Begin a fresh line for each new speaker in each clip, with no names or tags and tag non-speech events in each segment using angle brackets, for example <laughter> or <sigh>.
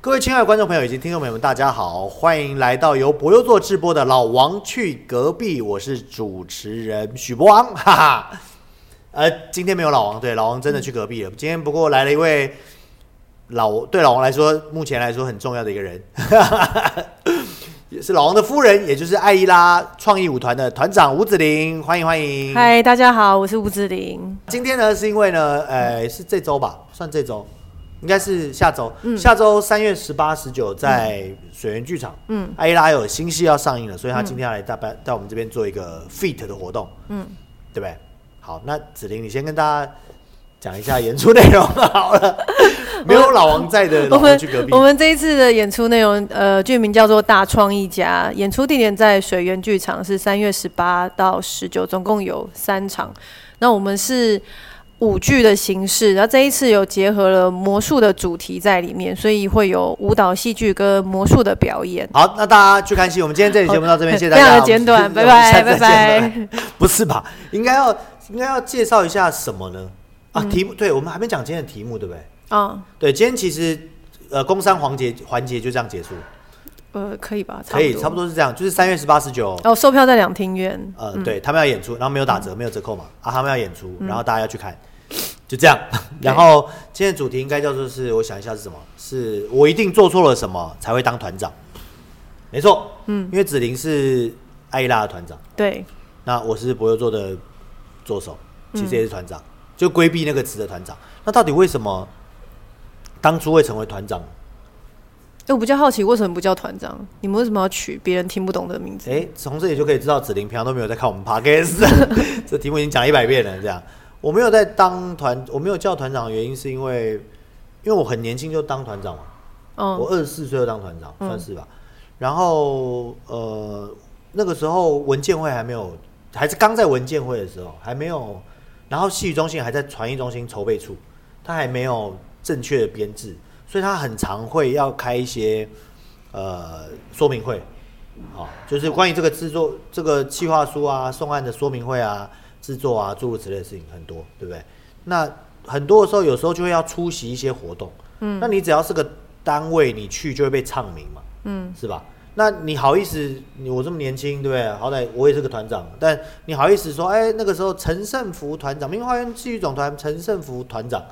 各位亲爱的观众朋友以及听众朋友们，大家好，欢迎来到由博优做直播的《老王去隔壁》，我是主持人许博王， <laughs> 哈哈。呃，今天没有老王，对，老王真的去隔壁了。今天不过来了一位老，对老王来说，目前来说很重要的一个人， <laughs> 也是老王的夫人，也就是艾依拉创意舞团的团长吴子玲，欢迎欢迎。
嗨，大家好，我是吴志玲。
今天呢，是因为呢，呃，是这周吧，算这周，应该是下周。下周三月十八、十九在水源剧场，嗯，艾拉有新戏要上映了，所以他今天要来大班在我们这边做一个 feat 的活动，嗯，对不对？好，那子玲，你先跟大家讲一下演出内容 <laughs> 好了。没有老王在的，
我
老王
们
去隔壁
我。们这一次的演出内容，呃，剧名叫做《大创意家》，演出地点在水源剧场，是三月十八到十九，总共有三场。那我们是舞剧的形式，然后这一次有结合了魔术的主题在里面，所以会有舞蹈、戏剧跟魔术的表演。
好，那大家去看戏。我们今天这期节目到这边，谢谢大
非
家。
常的简短，
我
拜
们下
拜
次再
拜
见
拜。
<laughs> 不是吧？应该要应该要介绍一下什么呢？啊，
嗯
题目对，我们还没讲今天的题目，对不对？
啊，
对，今天其实呃，工商环节环节就这样结束，
呃，可以吧？
可以差不。多是这样，就是三月十八、十九，
哦，售票在两厅院。
呃，对他们要演出，然后没有打折，没有折扣嘛，啊，他们要演出，然后大家要去看，就这样。然后今天的主题应该叫做是，我想一下是什么？是我一定做错了什么才会当团长？没错，嗯，因为子玲是艾拉的团长。
对，
那我是博友座的左手，其实也是团长，就规避那个词的团长。那到底为什么当初会成为团长？
哎，我比较好奇，为什么不叫团长？你们为什么要取别人听不懂的名字？
哎、从这里就可以知道，子玲平常都没有在看我们 podcast，这 <laughs> 题目已经讲了一百遍了。这样，我没有在当团，我没有叫团长的原因是因为，因为我很年轻就当团长嘛，
嗯，
我二十四岁就当团长，算是吧。然后呃，那个时候文建会还没有，还是刚在文建会的时候，还没有。然后戏剧中心还在传艺中心筹备处，它还没有正确的编制，所以它很常会要开一些呃说明会，好、就是关于这个制作、这个企划书啊、送案的说明会啊、制作啊诸如此类的事情很多，对不对？那很多的时候，有时候就会要出席一些活动，嗯，那你只要是个单位，你去就会被唱名嘛，嗯，是吧？那你好意思，你我这么年轻，对不对？好歹我也是个团长，但你好意思说，哎、那个时候陈胜福团长，明华园戏剧总团陈胜福团长，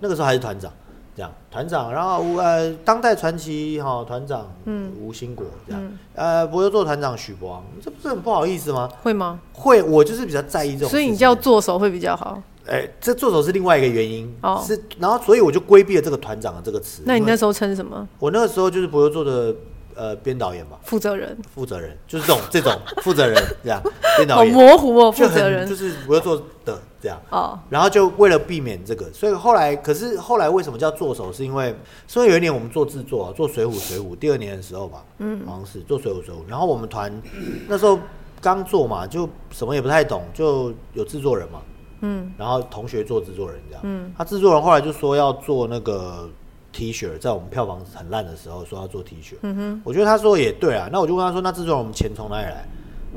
那个时候还是团长，这样团长，然后吴呃当代传奇哈、团长，嗯，吴兴国这样，
嗯
呃，博又做团长许博昂，这不是很不好意思吗？
会吗？
会，我就是比较在意这种事情，
所以你叫做手会比较好。
哎、这做手是另外一个原因，
哦
是然后所以我就规避了这个团长的这个词。
那你
因
那
为
时候称什么？
我那个时候就是博友做的呃编导演嘛，
负责人？
负责人就是这种 <laughs> 这种负责人这样编导
<laughs> 好
演，
模糊哦，
就
负责
很
人
就。是博友做的这样。
哦，
然后就为了避免这个，所以后来可是后来为什么叫做手？是因为是因为有一年我们做制作、啊，做水浒水浒第二年的时候吧，嗯，好像是做水浒水浒。然后我们团那时候刚做嘛，就什么也不太懂，就有制作人嘛，嗯，然后同学做制作人这样，嗯，他制作人后来就说要做那个 T 恤，在我们票房很烂的时候说要做 T 恤，嗯哼，我觉得他说也对啊，那我就问他说，那制作人我们钱从哪里来？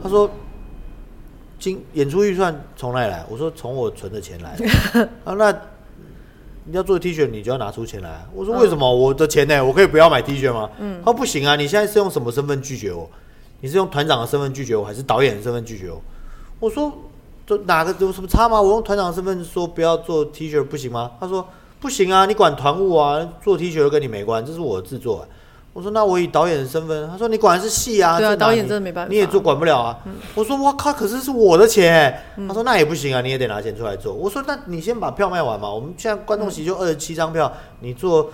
他说经演出预算从哪里来？我说从我存的 <laughs> 钱来的。啊，那你要做 T 恤，你就要拿出钱来啊。我说为什么？我的钱呢？我可以不要买 T 恤吗？嗯，他说不行啊，你现在是用什么身份拒绝我？你是用团长的身份拒绝我，还是导演的身份拒绝我？我说这哪个有什么差吗？我用团长的身份说不要做 T 恤不行吗？他说不行啊，你管团务啊，做 T 恤跟你没关，这是我的制作、啊。我说那我以导演的身份，他说你管的是戏啊，
对啊
这哪
导演
你
真的没办法嗯
你也做管不了啊。我说我靠，可是是我的钱欸、他说那也不行啊，你也得拿钱出来做。我说那你先把票卖完嘛，我们现在观众席就二十七张票，你做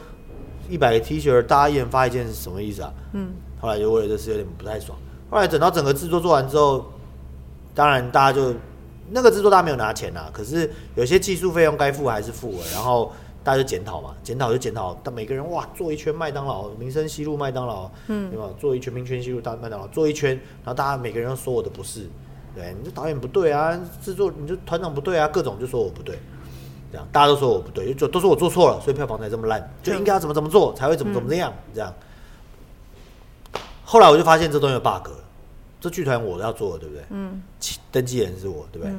一百个 T 恤，大家一人发一件是什么意思啊？嗯，后来就为了这事有点不太爽。后来等到整个制作做完之后，当然大家就那个制作大家没有拿钱啊，可是有些技术费用该付还是付了，然后大家就检讨嘛，检讨就检讨，但每个人哇做一圈麦当劳，民生西路麦当劳，嗯，有没有做一圈民权西路大麦当劳做一圈，然后大家每个人都说我的不是，对，你这导演不对啊，制作你这团长不对啊，各种就说我不对。这样大家都说我不对，就都说我做错了，所以票房才这么烂，就应该要怎么怎么做才会怎么怎么样、这样。后来我就发现这东西有 bug 了，这剧团我要做的，对不对？嗯，登记人是我，对不对？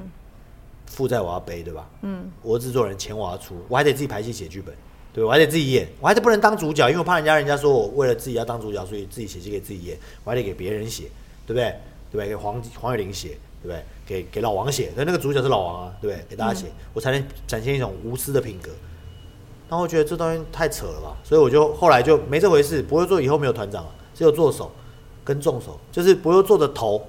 负债我要背，对吧？嗯，我制作人钱我要出，我还得自己排戏写剧本，对我还得自己演，我还得不能当主角，因为我怕人家人家说我为了自己要当主角，所以自己写戏给自己演，我还得给别人写，对不对？对不对？给黄黄伟玲写，对不对？给给老王写，那那个主角是老王啊，对不对？给大家写，我才能展现一种无私的品格。但我觉得这东西太扯了吧，所以我就后来就没这回事，不会做以后没有团长了，只有做手跟重手，就是不会做的头，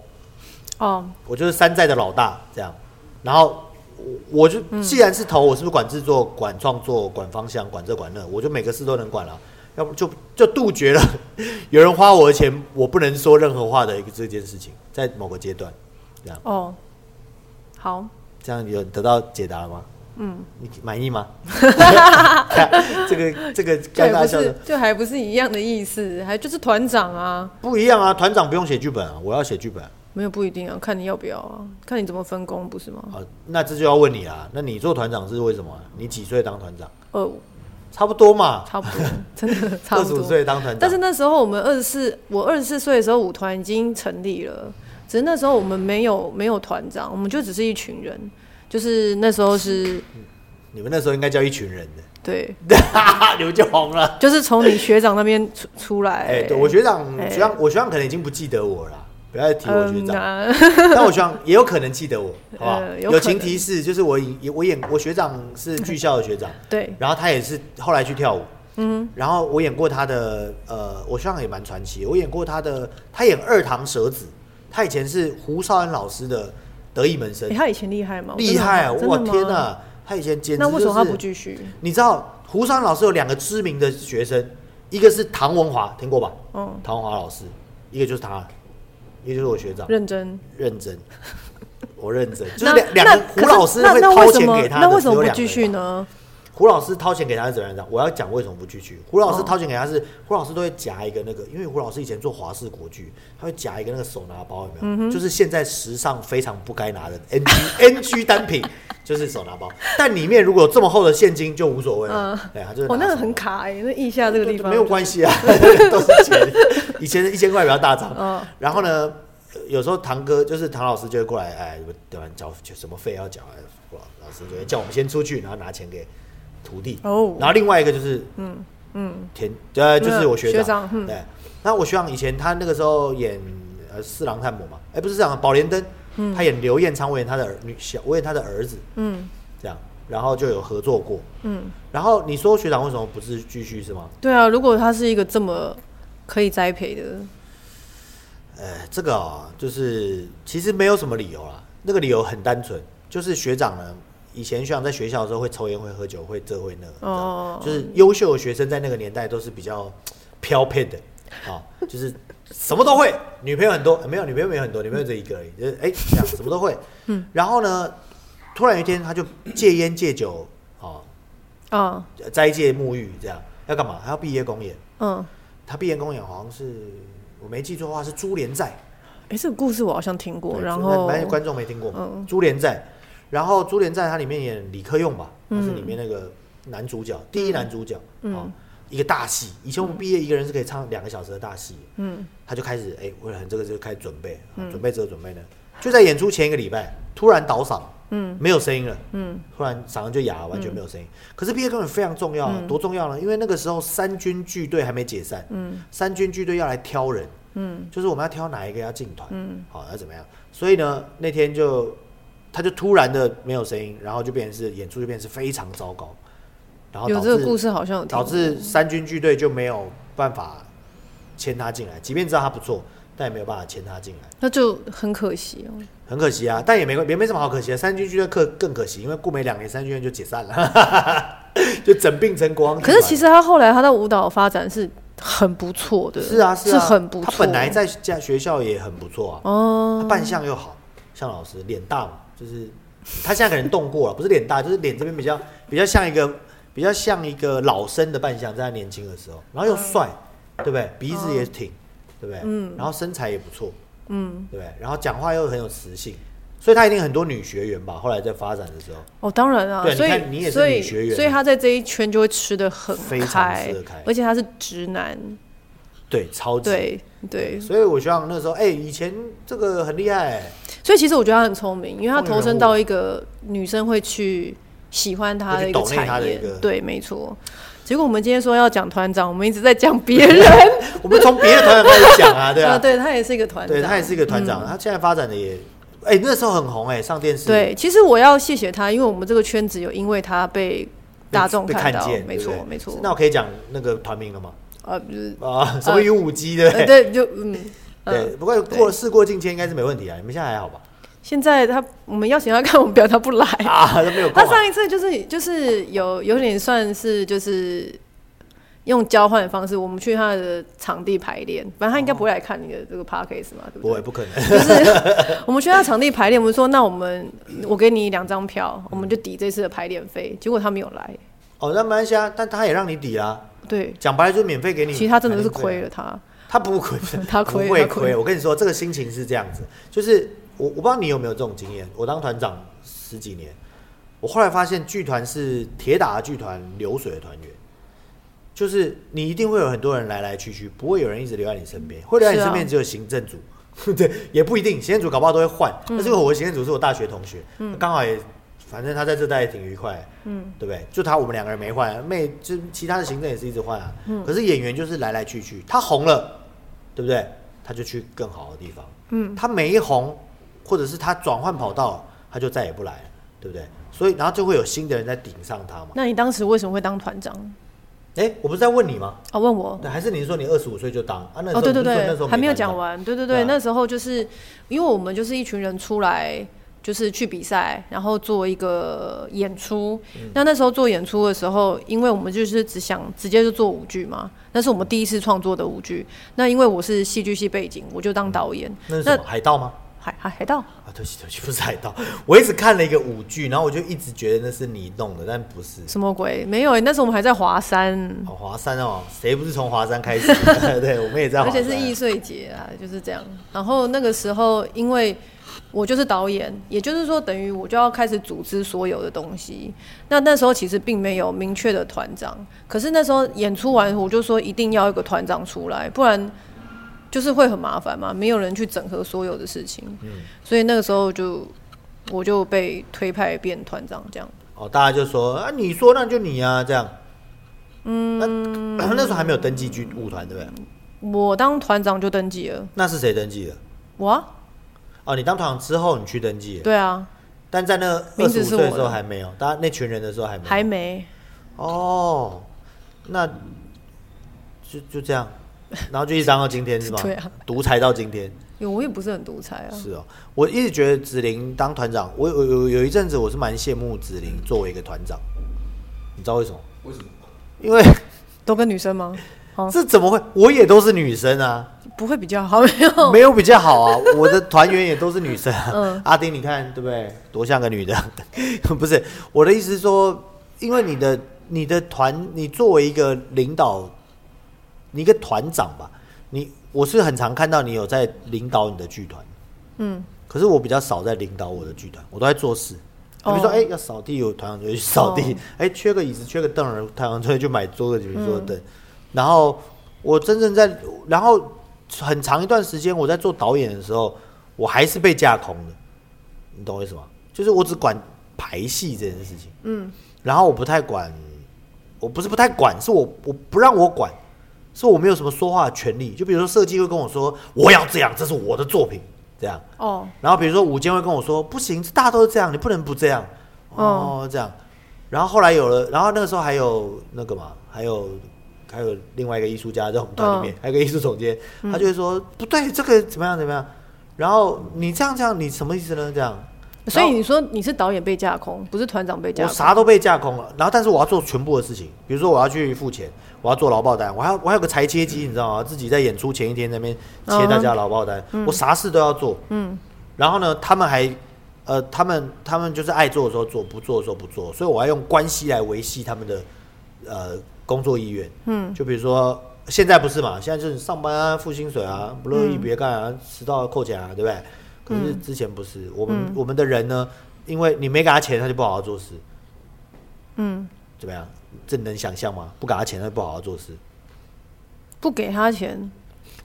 哦，
我就是山寨的老大这样。然后我我就既然是头，我是不是管制作、管创作、管方向、管这管那，我就每个事都能管了。要不就就杜绝了有人花我的钱，我不能说任何话的一个这件事情，在某个阶段，这样
哦，好，
这样有得到解答了吗？嗯，你满意吗？ <laughs> 这个这个
就
尴
还
尬
不
笑的
是，就还不是一样的意思，还就是团长啊，
不一样啊，团长不用写剧本啊，我要写剧本啊、
没有不一定啊，看你要不要啊，看你怎么分工，不是吗？
那这就要问你啦，那你做团长是为什么啊、你几岁当团长？
呃，
差不多嘛，
差不
<laughs>
多，真的差
二
不
十五
多。
岁当团长。
但是那时候我们二十四，我二十四岁的时候，舞团已经成立了，只是那时候我们没有没有团长，我们就只是一群人，就是那时候是
你们那时候应该叫一群人的， <laughs>
对，
你们就红了。
就是从你学长那边出出来。
哎、对我学长，
哎
学长，我学长可能已经不记得我了啦，不要再提我学
嗯
长。
啊，
<laughs> 但我学长也有可能记得我，好不
<laughs>
好？
呃有
友
可能
情提示就是我演我演我学长是剧校的学长，
<laughs> 对，
然后他也是后来去跳舞，嗯，然后我演过他的呃，我学长也蛮传奇的，我演过他的，他演二堂蛇子，他以前是胡少安老师的得意门生
哎，他以前厉害吗？
厉害啊！
真的
我
吗
天！哪，他以前简直
那为什么
就
他
是
不继续？
你知道胡山老师有两个知名的学生，一个是唐文华，听过吧？
嗯，
唐文华老师，一个就是他，一个就是我学长，
认真。
认真，我认
<laughs>
真，就是
那
两
那
两个胡
可是
老师
那
会
那
掏
为什
钱
么
给他的，
那为什么
只有
不
两个
继
人
续？呢？
胡老师掏钱给他是怎样的？我要讲为什么不继续。胡老师
哦
掏钱给他是，胡老师都会夹一个那个，因为胡老师以前做华视国剧，他会夹一个那个手拿包，有
嗯
没有？就是现在时尚非常不该拿的 <laughs> NG NG 单品，就是手拿包。但里面如果有这么厚的现金就无所谓了，对，他就是拿
哦，那
手
个
拿
很卡哎，那腋下这个地方
没有关系啊， <laughs> 都是钱。以前的一千块比较大张，
嗯
然后呢，呃有时候堂哥就是唐老师就会过来，哎，对吧？缴什么费要缴，哎老老师就会叫我们先出去，然后拿钱给徒弟。
哦
然后另外一个就是，嗯嗯，田呃就是我学
学长嗯
对。那我学长以前他那个时候演呃四郎探母嘛，哎不是四郎，宝莲灯，他演刘彦昌，我演他的儿女小，我演他的儿子，
嗯，
这样，然后就有合作过。
嗯，
然后你说学长为什么不是继续是吗？
对啊，如果他是一个这么可以栽培的，
呃，这个啊、就是其实没有什么理由啦，那个理由很单纯，就是学长呢，以前学长在学校的时候会抽烟、会喝酒、会这会那，你知道吗
哦
就是优秀的学生在那个年代都是比较飘撇的啊，就是什么都会，女朋友很多，呃没有女朋友没有很多，女朋友只有一个而已，就是哎、这样什么都会，嗯，然后呢，突然有一天他就戒烟戒酒啊，
啊，
斋戒沐浴这样，要干嘛？他要毕业公演，
嗯，
他毕业公演好像是我没记错的话是朱连寨。
哎，这个故事我好像听过，
对
然
就是
后
那观众没听过嘛
嗯
《珠帘寨》，然后《珠帘寨》它里面演李克用吧，他是
嗯
里面那个男主角，第一男主角啊、一个大戏。以前我们毕业一个人是可以唱两个小时的大戏，
嗯，
他就开始哎，为了这个就开始准备，啊准备这个准备呢，就在演出前一个礼拜突然倒嗓，嗯，没有声音了，嗯，突然嗓子就哑了，完
嗯
全没有声音。可是毕业根本非常重要啊，多重要呢？因为那个时候三军剧队还没解散，嗯，三军剧队要来挑人，嗯，就是我们要挑哪一个要进团，嗯，好要怎么样？所以呢，那天就他就突然的没有声音，然后就变成是演出就变成是非常糟糕，然后
有
导
这个故
致
事好像有听
导
过，
致三军剧队就没有办法签他进来，即便知道他不错，但也没有办法签他进来。
那就很可惜哦。
很可惜啊，但也没也没什么好可惜的。三军剧队更更可惜，因为过没两年，三军剧队就解散了， <laughs> 就整并成国王集
可
团。
是其实他后来他的舞蹈发展是很不错的，
是啊
是
啊，
很不错。
他本来在家学校也很不错啊，
哦，
他扮相又好，像老师脸大嘛，就是他现在可能动过了，不是脸大，就是脸这边比较比较像一个比较像一个老生的扮相，在他年轻的时候，然后又帅，对不对？鼻子也挺，对不对？嗯，然后身材也不错，嗯，对不对？然后讲话又很有磁性，所以他一定很多女学员吧？后来在发展的时候。
哦，当然啊
对，你
所
看你也
以
是
所
女学员
以所以他在这一圈就会吃的很
非常吃得开
而且他是直男，
对，超级
对对，
所以我希望那时候，哎、以前这个很厉害、
所以其实我觉得他很聪明，因为他投
人
身
物
到一个女生会去喜欢他的一个
会去抖内他
产
的
业
一个，
对，没错。结果我们今天说要讲团长，我们一直在讲别人。
我们从别的团长开始讲啊，对
<laughs> 啊，
啊，
对他也是一个团长，嗯
对他也是一个团长，他现在发展的也，哎、那时候很红哎、上电视，
对，其实我要谢谢他，因为我们这个圈子有因为他被
被，
大众
被看
到，
见，
没
对不
错
对
没错。
那我可以讲那个团名了吗？
呃，就是
啊，什么云舞姬对不
呃，
对？
对，就嗯，
对，
嗯，
不过
对
过事过境迁应该是没问题啊，你们现在还好吧？
现在他我们邀请他看我们表，他不
<laughs>
来。
啊，都没有空、啊。
哎他上一次就是就是有有点算是就是用交换的方式，我们去他的场地排练，反正他应该不会来看你的这个 podcast 嘛，对
不
不
会，
对？
不可能。 <laughs>
我们去他的场地排练，我们说那我们我给你两张票，我们就抵这次的排练费，结果他没有来，
哦，那没关系啊，但他也让你抵啊，
对，
讲白了就是免费啊给你。
其实他真的是亏
了，
了他，，
他不亏
<laughs> 他亏
不会
他亏
亏。我跟你说，这个心情是这样子，就是我我不知道你有没有这种经验。我当团长十几年，我后来发现剧团是铁打的剧团，流水的团员。就是你一定会有很多人来来去去，不会有人一直留在你身边，会留在你
是啊
身边只有行政组， <laughs> 对，也不一定，行政组搞不好都会换。
嗯
但是我的行政组是我大学同学，刚、好也，反正他在这待也挺愉快，嗯，对不对？就他我们两个人没换，妹就其他的行政也是一直换啊。
嗯
可是演员就是来来去去，他红了，对不对？他就去更好的地方，嗯，他没红，或者是他转换跑道了，他就再也不来了，对不对？所以然后就会有新的人在顶上他嘛。
那你当时为什么会当团长？
哎，我不是在问你吗？
啊，问我。
对，还是你说你二十五岁就当啊？那时候
哦，对
你
对
不是说那时
对，
候
还没有
参加
讲。完。对对
对
对，
啊
那时候就是因为我们就是一群人出来，就是去比赛，然后做一个演出。
嗯
那那时候做演出的时候，因为我们就是只想直接就做舞剧嘛，那是我们第一次创作的舞剧。那因为我是戏剧系背景，我就当导演。
嗯那是什么海盗吗？
海海海盗，
啊，对不起，对不起，不是海盗。我一直看了一个舞剧，然后我就一直觉得那是你弄的，但不是。
什么鬼？没有、欸，那时候我们还在华山，
哦，华山哦，谁不是从华山
<laughs>
开始的？对，我们也在华
而
山。
且是易碎节啊，就是这样。然后那个时候，因为我就是导演，也就是说，等于我就要开始组织所有的东西。那那时候其实并没有明确的团长，可是那时候演出完，我就说一定要一个团长出来，不然就是会很麻烦嘛，没有人去整合所有的事情。所以那个时候就我就被推派变团长这样。
哦，大家就说啊，你说那就你啊，这样。嗯， <clears throat> 那那时候还没有登记剧舞团，对不对？
我当团长就登记了，
那是谁登记的？
我、啊、
哦，你当团长之后你去登记，
对啊，
但在那二
名
十
字
五
是
岁的
我
时候
的
还没有，大家那群人的时候还没有。
还没。？
哦，那就就这样，然后就一直当到今天是吗
<laughs> 对啊，
独裁到今天
有我也不是很独裁啊，
是哦。我一直觉得子玲当团长，我有有有一阵子我是蛮羡慕子玲作为一个团长，你知道为什么？
嗯为什么？
因为 <laughs>
都跟女生吗？哦，
这怎么会？我也都是女生啊，
不会比较好，没有。
没有比较好啊。我的团员也都是女生、啊。
嗯
阿丁，你看对不对？多像个女的。 <laughs> 不是我的意思是说，因为你的你的团，你作为一个领导，你一个团长吧，你我是很常看到你有在领导你的剧团。
嗯，
可是我比较少在领导我的剧团，我都在做事。比如说，
哦
哎、要扫地，有团长就会去扫地；哎、缺个椅子，缺个凳儿，团长就会去买桌子，就去做凳。然后我真正在，然后很长一段时间我在做导演的时候，我还是被架空的，你懂我意思吗？就是我只管排戏这件事情，嗯，然后我不太管，我不是不太管，是我我不让我管，是我没有什么说话的权利。就比如说设计会跟我说我要这样，这是我的作品，这样。
哦，
然后比如说午间会跟我说不行，大家都是这样，你不能不这样哦，这样。然后后来有了，然后那个时候还有那个嘛，还有还有另外一个艺术家在我们团里面，还有一个艺术总监，他就会说、不对，这个怎么样怎么样。然后你这样这样，你什么意思呢？这样，
<laughs> 所以你说你是导演被架空，不是团长被架
我
空？
啥都被架空了，然后但是我要做全部的事情，比如说我要去付钱，我要做劳报单，我还要我还有个裁切机，你知道吗？自己在演出前一天在那边切大家的劳报单，
嗯
我啥事都要做。嗯，然后呢，他们还呃，他们他们就是爱做的时候做，不做的时候不做，所以我要用关系来维系他们的呃工作意愿。嗯，就比如说现在不是嘛，现在就是上班啊，付薪水啊，不乐
嗯
意别干啊，迟到扣钱啊，对不对？可是之前不是，我们、我们的人呢，因为你没给他钱，他就不好好做事。
嗯，
怎么样？这你能想象吗？不给他钱，他就不好好做事。
不给他钱，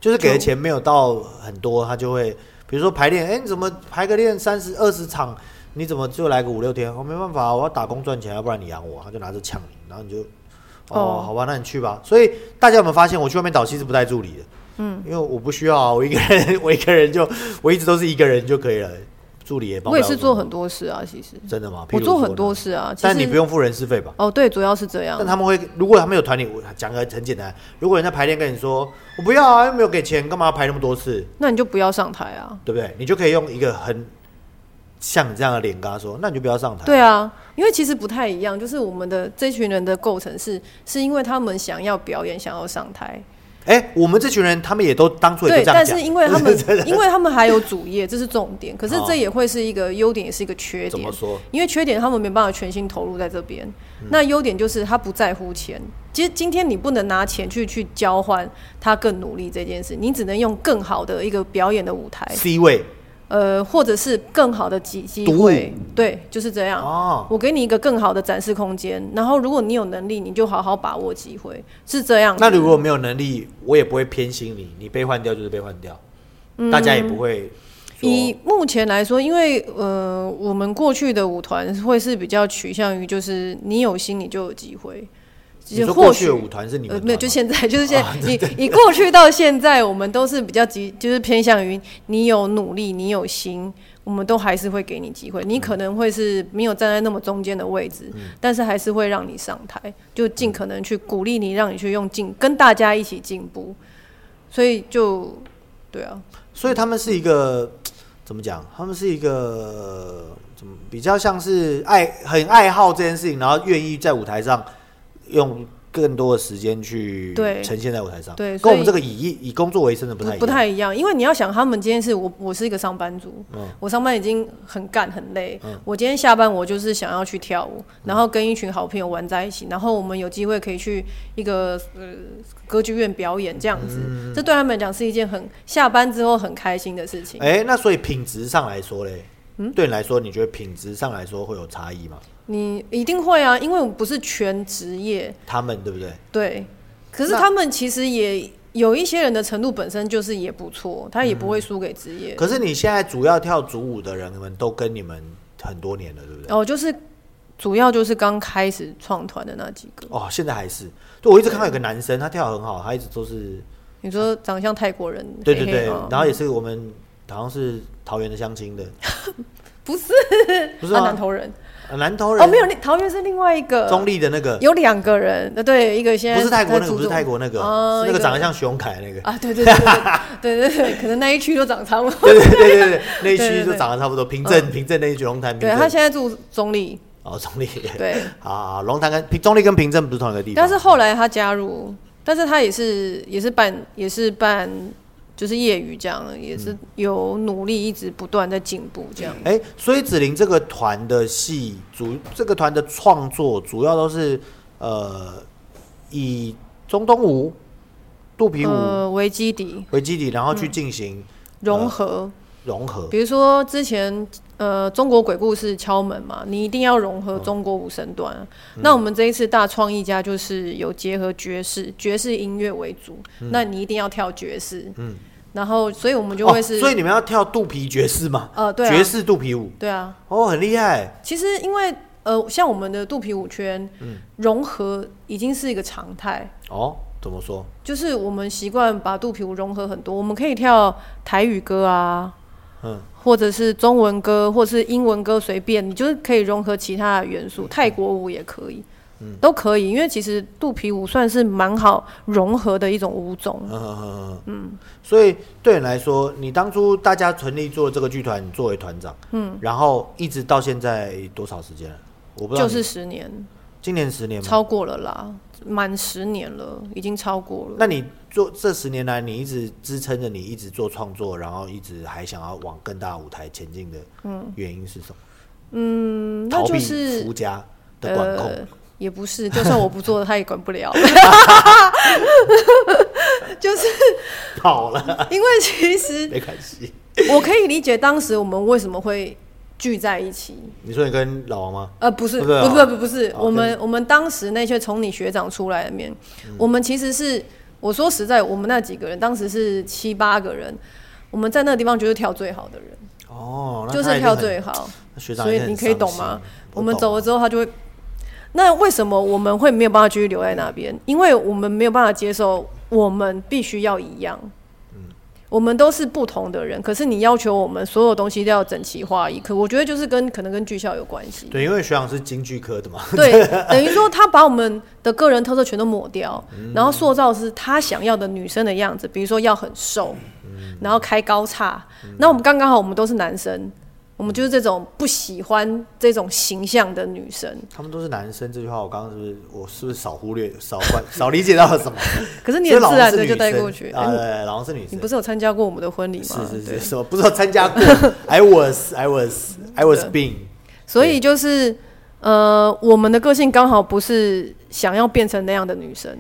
就是给的钱没有到很多，他就会，比如说排练，哎、你怎么排个练三十二十场，哦你怎么就来个五六天？我、没办法，我要打工赚钱，要不然你养我，他就拿着呛你，然后你就，哦
哦，
好吧，那你去吧。所以大家有没有发现，我去外面导戏是不带助理的？嗯，因为我不需要啊，我一个人， <laughs> 我一个人就，我一直都是一个人就可以了，助理也帮不
我
了
也
什么。
是做很多事啊，其实
真的吗？譬
我
如
做
说
很
呢
多，事啊，其
但你不
实
用付人事费吧？
哦，对，主要是这样
但。他们会，如果他们有团里，我讲个很简单，如果人家排练跟你说，我不要啊，又没有给钱，干嘛要排那么多次，
那你就不要上台啊。
对不对？你就可以用一个很像你这样的脸跟他说，那你就不要上台。
对啊，因为其实不太一样，就是我们的这群人的构成是，是因为他们想要表演，想要上台，
哎、我们这群人，他们也都当初也
对，
都这
但
样讲
是，因为
<laughs>
他们
真的，
因为他们还有主业，这是重点。可是
哦
这也会是一个优点，也是一个缺
怎
点
么。说？
因为缺点他们没办法全心投入在这边，
嗯
那优点就是他不在乎钱。其实今天你不能拿钱去去交换他更努力这件事，你只能用更好的一个表演的舞台，
C 位
呃，或者是更好的机机
独
会，对，就是这样。
哦，
我给你一个更好的展示空间，然后如果你有能力，你就好好把握机会，是这样子。
那如果没有能力，我也不会偏心你，你被换掉就是被换掉，大家也不会说
嗯以目前来说，因为呃，我们过去的舞团会是比较取向于就是你有心你就有机会，
你说
或
过去
许
的舞团是你们团
呃
吗、啊
没有，就现在 <laughs> 就是现在，你你过去到现在，我们都是比较急，就是偏向于你有努力，你有心，我们都还是会给你机会。
嗯
你可能会是没有站在那么中间的位置，但是还是会让你上台，就尽可能去鼓励你，让你去用进跟大家一起进步。所以就对啊，
所以他们是一个怎么讲？他们是一个怎么比较像是爱很爱好这件事情，然后愿意在舞台上用更多的时间去
对
呈现在舞台上，
对
跟
所以
我们这个以艺以工作为生的不太一样，
不太一样，因为你要想，他们今天是我，我是一个上班族，
嗯
我上班已经很干很累，我今天下班我就是想要去跳舞，然后跟一群好朋友玩在一起，然后我们有机会可以去一个呃歌剧院表演这样子，
嗯
这对他们来讲是一件很下班之后很开心的事情。
哎、那所以品质上来说嘞，
嗯
对你来说，你觉得品质上来说会有差异吗？
你一定会啊，因为我们不是全职业，
他们对不对？
对，可是
那
他们其实也有一些人的程度本身就是也不错，他也不
嗯
会输给职业。
可是你现在主要跳主舞的人们都跟你们很多年了，对不对？
哦，就是主要就是刚开始创团的那几个。
哦，现在还是，对我一直看到有个男生，他跳得很好，他一直都是
你说长相泰国人， <laughs> 哦
对对
黑黑
对
吗，
然后也是我们好像是桃园的相亲的，
<laughs> 不是
不是
啊，
吗
南投人
呃南投人
哦，没有，那桃园是另外一个，
中立的那个，
有两个人，呃，对，一个现在
不是泰国那
在
个，
竹
不是
中
泰国那个，
哦
是那个
一
长得像徐荣凯那个，
啊，对对对对对对对，可能那一区都长差不多。
<laughs> 对对对对对，那一
对
区
对
就
对
长得差不多，平镇平镇那一区龙潭平
对他
镇，
现在住中立，
哦中立，
对，
啊龙潭跟平中立跟平镇不是同一个地
但
方，
是后来他加入，但是他也是也是办也是办就是业余这样，也
嗯
是有努力一直不断在进步这样。
哎，所以子玲这个团的戏主这个团的创作主要都是呃以中东舞、肚皮舞
呃，为基底
为基底，然后去进行
融合，
融合，
比如说之前呃中国鬼故事敲门嘛，你一定要融
嗯
合中国五神段啊、那我们这一次大创意家就是有结合爵士爵士音乐为主，
嗯
那你一定要跳爵士，嗯，然后所以我们就会是、
哦、所以你们要跳肚皮爵士嘛？
呃对啊
爵士肚皮舞
对啊，
哦，很厉害。
其实因为呃像我们的肚皮舞圈、
嗯
融合已经是一个常态。
哦，怎么说？
就是我们习惯把肚皮舞融合很多，我们可以跳台语歌啊，
嗯
或者是中文歌，或是英文歌，随便你就是可以融合其他的元
嗯
素，泰国舞也可以，都可以，因为其实肚皮舞算是蛮好融合的一种舞种。
嗯嗯。所以对你来说，你当初大家成立做这个剧团，你作为团长，嗯，然后一直到现在多少时间了？我不知道
就
你，嗯
是十年，
今年十年吗？
超过了啦，满十年了，已经超过了。
那你做这十年来，你一直支撑着你一直做创作，然后一直还想要往更大舞台前进的，原因是什么？
嗯，那
逃
就
避
是
福家的管控。
呃，也不是，就算我
<laughs>
不做，他也管不了。就是
跑了，
<laughs> 因为其实
没关系。
<laughs> 我可以理解当时我们为什么会聚在一起。
你说你跟老王吗？
呃，不是，
不
不
是啊
不不不不是，
好
我们我们当时那些从你学长出来的面，我们其实是我说实在，我们那几个人当时是七八个人，我们在那个地方就是跳最好的人，
哦，那
就
他
是
一定
跳
很
最好，
那学长
所
一定
以
很伤心，
你可以懂吗？
我
我们走了
啊
之后，他就会那为什么我们会没有办法继续留在那边？因为我们没有办法接受，我们必须要一样。
嗯
我们都是不同的人，可是你要求我们所有东西都要整齐划一，可我觉得就是跟可能跟剧校有关系。
对，因为学长是京剧科的嘛， <laughs>
对，等于说他把我们的个人特色全都抹掉，
嗯
然后塑造是他想要的女生的样子，比如说要很瘦，
嗯
然后开高叉。那我们刚刚好，我们都是男生，我们就是这种不喜欢这种形象的女生。
他们都是男生。这句话我刚刚是不是我是不是少忽略、少关、少理解到了什
<laughs>
么？
可是你
所以
很
老
自
王
然
是
的
女
就
生
带过去，
啊，
哎
对
你
对老王是女
你
生
不。是有参加过我们的婚礼吗？
是是
对
是，是我不知道参
<laughs>
加过，I was I was I was being，
所以就是呃，我们的个性刚好不是想要变成那样的女生，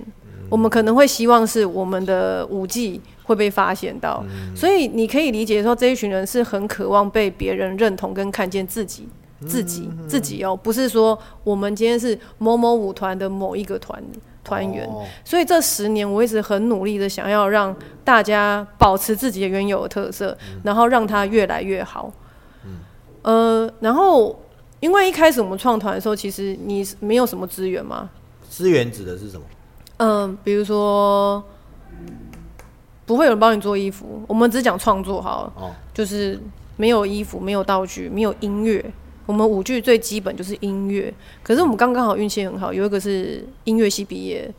我们可能会希望是我们的舞技会被发现到，所以你可以理解说这一群人是很渴望被别人认同跟看见自己。自己自己哦，不是说我们今天是某某舞团的某一个团团员，
哦
所以这十年我一直很努力的想要让大家保持自己的原有的特色，然后让它越来越好。呃，然后因为一开始我们创团的时候，其实你是没有什么资源嘛，
资源指的是什么？
嗯、比如说不会有人帮你做衣服，我们只讲创作好了，
哦，
就是没有衣服，没有道具，没有音乐。我们舞剧最基本就是音乐，可是我们刚刚好运气很好，有一个是音乐系毕业，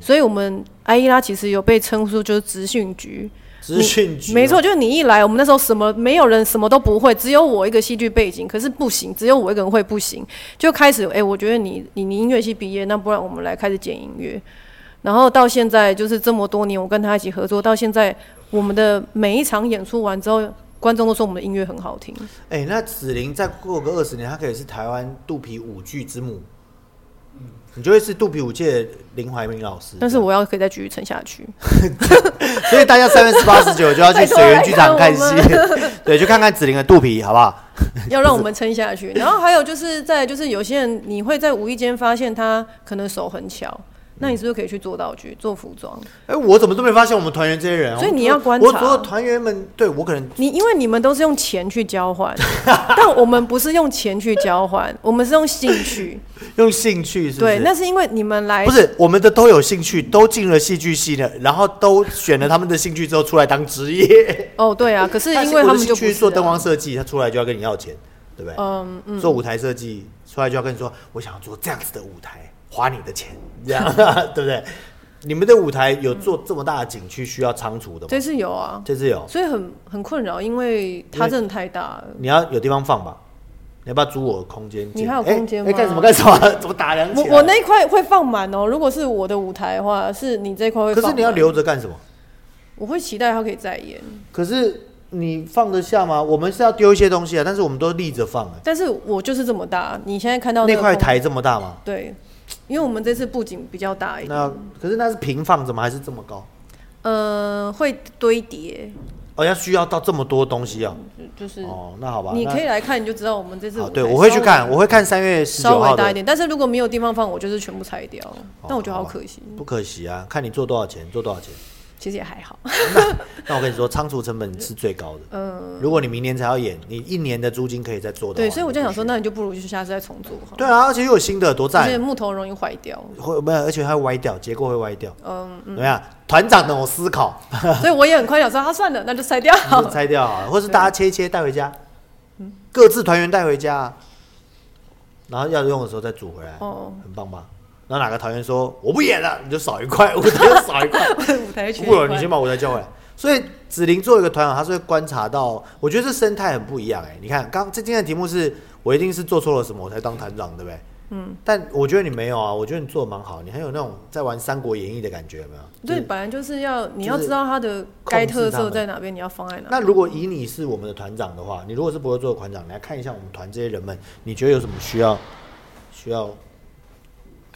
所以我们艾依拉其实有被称呼就是资讯局，
资讯局，
没错，，就是你一来，我们那时候什么没有人什么都不会，只有我一个戏剧背景，可是不行，只有我一个人会不行，就开始哎、我觉得你你你音乐系毕业，那不然我们来开始剪音乐，然后到现在就是这么多年，我跟他一起合作，到现在我们的每一场演出完之后，观众都说我们的音乐很好听，
哎、那子玲再过个二十年，她可以是台湾肚皮舞剧之母，你就会是肚皮舞界的林怀民老师。
但是我要可以再继续撑下去。
所以大家三月十八、十九就要去
拜托
水源剧场看戏
来，
<laughs> 对，去看看子玲的肚皮，好不好？
要让我们撑下去。然后还有就是在就是有些人你会在无意间发现他可能手很巧，那你是不是可以去做道具、做服装？
哎、我怎么都没发现我们团员这些人哦？
所以你要观察
我所有团员们，对我可能
你因为你们都是用钱去交换， <laughs> 但我们不是用钱去交换，我们是用兴趣。
用兴趣是不
对，
是？
那是因为你们来
不是我们的都有兴趣，都进了戏剧系的，然后都选了他们的兴趣之后出来当职业。
哦，对啊，可是
但
因为
我
他
的
们
兴
就不
趣
是
做灯
啊
光设计，他出来就要跟你要钱，对不对？
嗯嗯，
做舞台设计出来就要跟你说，我想要做这样子的舞台，花你的钱，这
<laughs>
样对不对？你们的舞台有做这么大的景区需要仓储的吗？
这次有啊，
这次有，
所以很很困扰，因为它真的太大了。
你要有地方放吧？你要不要租我空间间？
你还有空间
哎哎干什么
吗
干什么？ <laughs> 怎么打量
我
起来？啊
我那一块会放满哦，如果是我的舞台的话，是你这一块会
可
放。
是你要，留着干什么？
我会期待它可以再演，
可是你放得下吗？我们是要丢一些东西啊，但是我们都立着放、哎
但是我就是这么大，你现在看到
那
个
块
空
台这么大吗？
对，因为我们这次布景比较大一点，
那可是那是平放着吗？还是这么高？
呃，会堆叠，
哦，要需要到这么多东西啊？
就就是
哦，那好吧，
嗯你
那
可以来看，你就知道我们这次
好，
舞
对，
台
我会
稍
去
微
看，我会看三月十
稍
九号
微大
的。
一
哦
点，但是如果没有地方放，我就是全部拆掉。但我觉得好可惜，
不可惜啊，看你做多少钱，做多少钱。
其实也还好。
那我跟你说，仓储成本是最高的。嗯，如果你明年才要演，你一年的租金可以再做的。
对，所以我就想说，，那你就不如就下次再重做哈。
对啊，而且又有新的，多
而且
赞！
木头容易坏
<laughs>
掉，
会没有，而且它会歪掉，结构会歪掉。
嗯，
怎么样？团长等我思考，
所以我也很快想说，啊，算了，
<laughs>
那就拆掉。
你就拆掉好了，或是大家切一切带回家，各自团员带回家啊，然后要用的时候再组回来。
哦，
很棒吧？然后哪个团员说我不演了，你就少一块，我就 <laughs> 少一块。
舞台全
不了，你先把舞台 <laughs> 叫回来。所以子玲作为一个团长，他是会观察到，我觉得这生态很不一样哎、你看，刚这今天的题目是我一定是做错了什么，我才当团长，对不对？嗯。但我觉得你没有啊，我觉得你做的蛮好，你很有那种在玩《三国演义》的感觉，有没有？
对，本来就是要你要
就是
知道它的该特色在哪边，你要放在哪。
那如果以你是我们的团长的话，你如果是不会做的团长，你来看一下我们团这些人们，你觉得有什么需要需要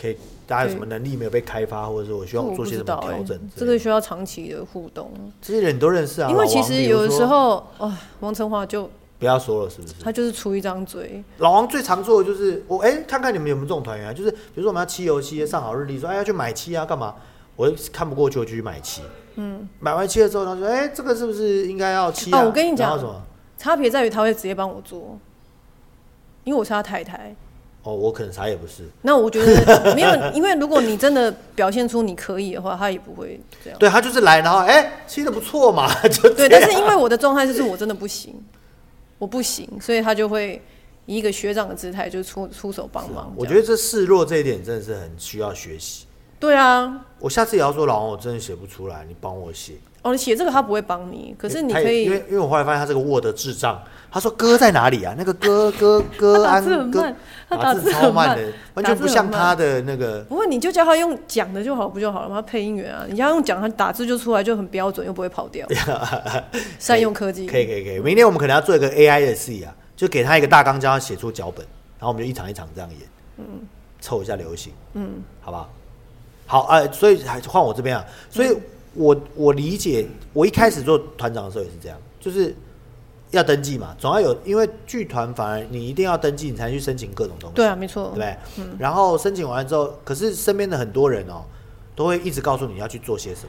可以大家有什么能力没有被开发，或者是我需
这
要
我
做
不
些
知
什
道
么调
哎
整，之
这
类
个
的？
需要长期的互动，
这些人你都认识啊，
因为
老
其
王
实
比
有
如
的
说
时候，哇，王成华就
不要说了，是不是？
他就是出一张嘴，
老王最常做的就是我哎、看看你们有没有这种团员啊，就是比如说我们要漆油漆，上好日历，说哎要去买漆啊，干嘛？我看不过去，我就去买漆。嗯，买完漆了之后，他说哎、这个是不是应该要漆啊？
哦我跟你讲
然后什么？
差别在于他会直接帮我做，因为我是他太太，
哦，我可能啥也不是。
那我觉
<laughs>
得没有，因为如果你真的表现出你可以的话，他也不会这样。
对他就是来，然后哎，踢的不错嘛， <laughs> 就
对，
这
但
样。
是因为我的状态就是我真的不行，我不行，所以他就会以一个学长的姿态就出出手帮忙。
我
这
觉
样
得这示弱这一点真的是很需要学习。
对啊，
我下次也要说，老王，我真的写不出来，你帮我写。
哦，你写这个他不会帮你，可是你
他也
可
因
以
为因为我后来发现他是个 Word 智障。他说歌在哪里啊？那个歌歌歌
<laughs> 他打
安
字很
歌
慢，他
打
打
字
字
超
很
慢
慢
的，完全不像他的那个。
不过你就叫他用讲的就好，不就好了吗？配音员啊，你叫他用讲，他打字就出来就很标准，又不会跑
<laughs>
掉。善用科技，
可以可以可以，明天我们可能要做一个 AI 的事啊，就给他一个大纲，叫他写出脚本，然后我们就一场一场这样演，嗯，凑一下流行，嗯，好吧，好啊、呃所以还换我这边啊，所以我我理解，我一开始做团长的时候也是这样，就是要登记嘛，总要有，因为剧团反而你一定要登记，你才能去申请各种东西，
对啊，没
对
错
不。对？然后申请完了之后，可是身边的很多人哦，都会一直告诉你要去做些什么。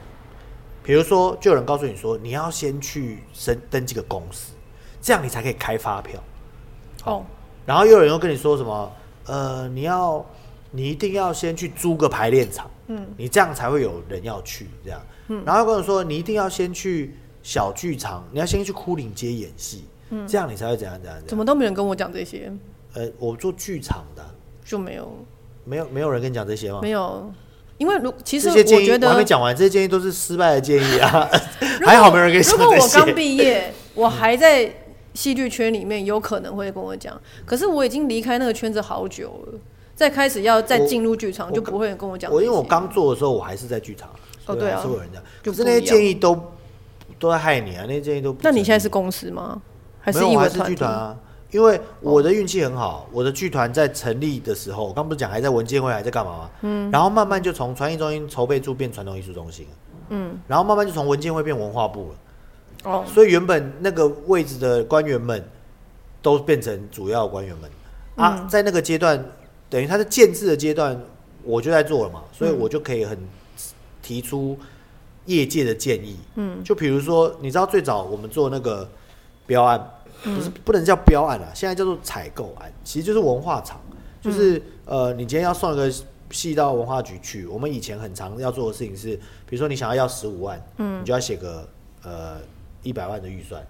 比如说，就有人告诉你说，你要先去申登记个公司，这样你才可以开发票。
哦，
然后又有人又跟你说什么，呃，你要你一定要先去租个排练场，嗯，你这样才会有人要去这样。嗯，然后又跟我说，你一定要先去小剧场，你要先去枯岭街演戏，嗯，这样你才会怎样怎样怎
怎
样。
么都没人跟我讲这些，
呃，我做剧场的，啊
就没有
没有没有人跟你讲这些吗？
没有，因为如其实
哦这些
我
建议
觉得
还没讲完，这些建议都是失败的建议
<laughs>
啊， <laughs>
如果
还好没人跟你讲
如果
这
我刚
些。
毕业，我还在戏剧圈里面，有可能会跟我讲。可是我已经离开那个圈子好久了，再开始要再
我
进入剧场，
我
就不会跟我讲这些。
我因为我刚做的时候，我还是在剧场，
哦
所以
对啊
还是会有人讲，
就
可是
不
那些
一样
建议都都在害你啊，那些建议都不
那你现在
成立
是公司吗？还是
没有，
艺
我还
文
是
团
剧
体？哦
团啊。因为我的运气很好，我的剧团在成立的时候，我刚不是讲还在文建会还在干嘛吗？嗯，然后慢慢就从传艺中心筹备处变传统艺术中心，嗯，然后慢慢就从文建会变文化部了，
哦，
所以原本那个位置的官员们都变成主要官员们啊，在那个阶段，等于他是建制的阶段，我就在做了嘛，所以我就可以很提出业界的建议，嗯，就比如说，你知道最早我们做那个标案，
嗯
不是不能叫标案啊，现在叫做采购案，其实就是文化厂，
嗯
就是、呃，你今天要送一个戏到文化局去，我们以前很常要做的事情是，比如说你想要要十五万，嗯，你就要写个呃一百万的预算。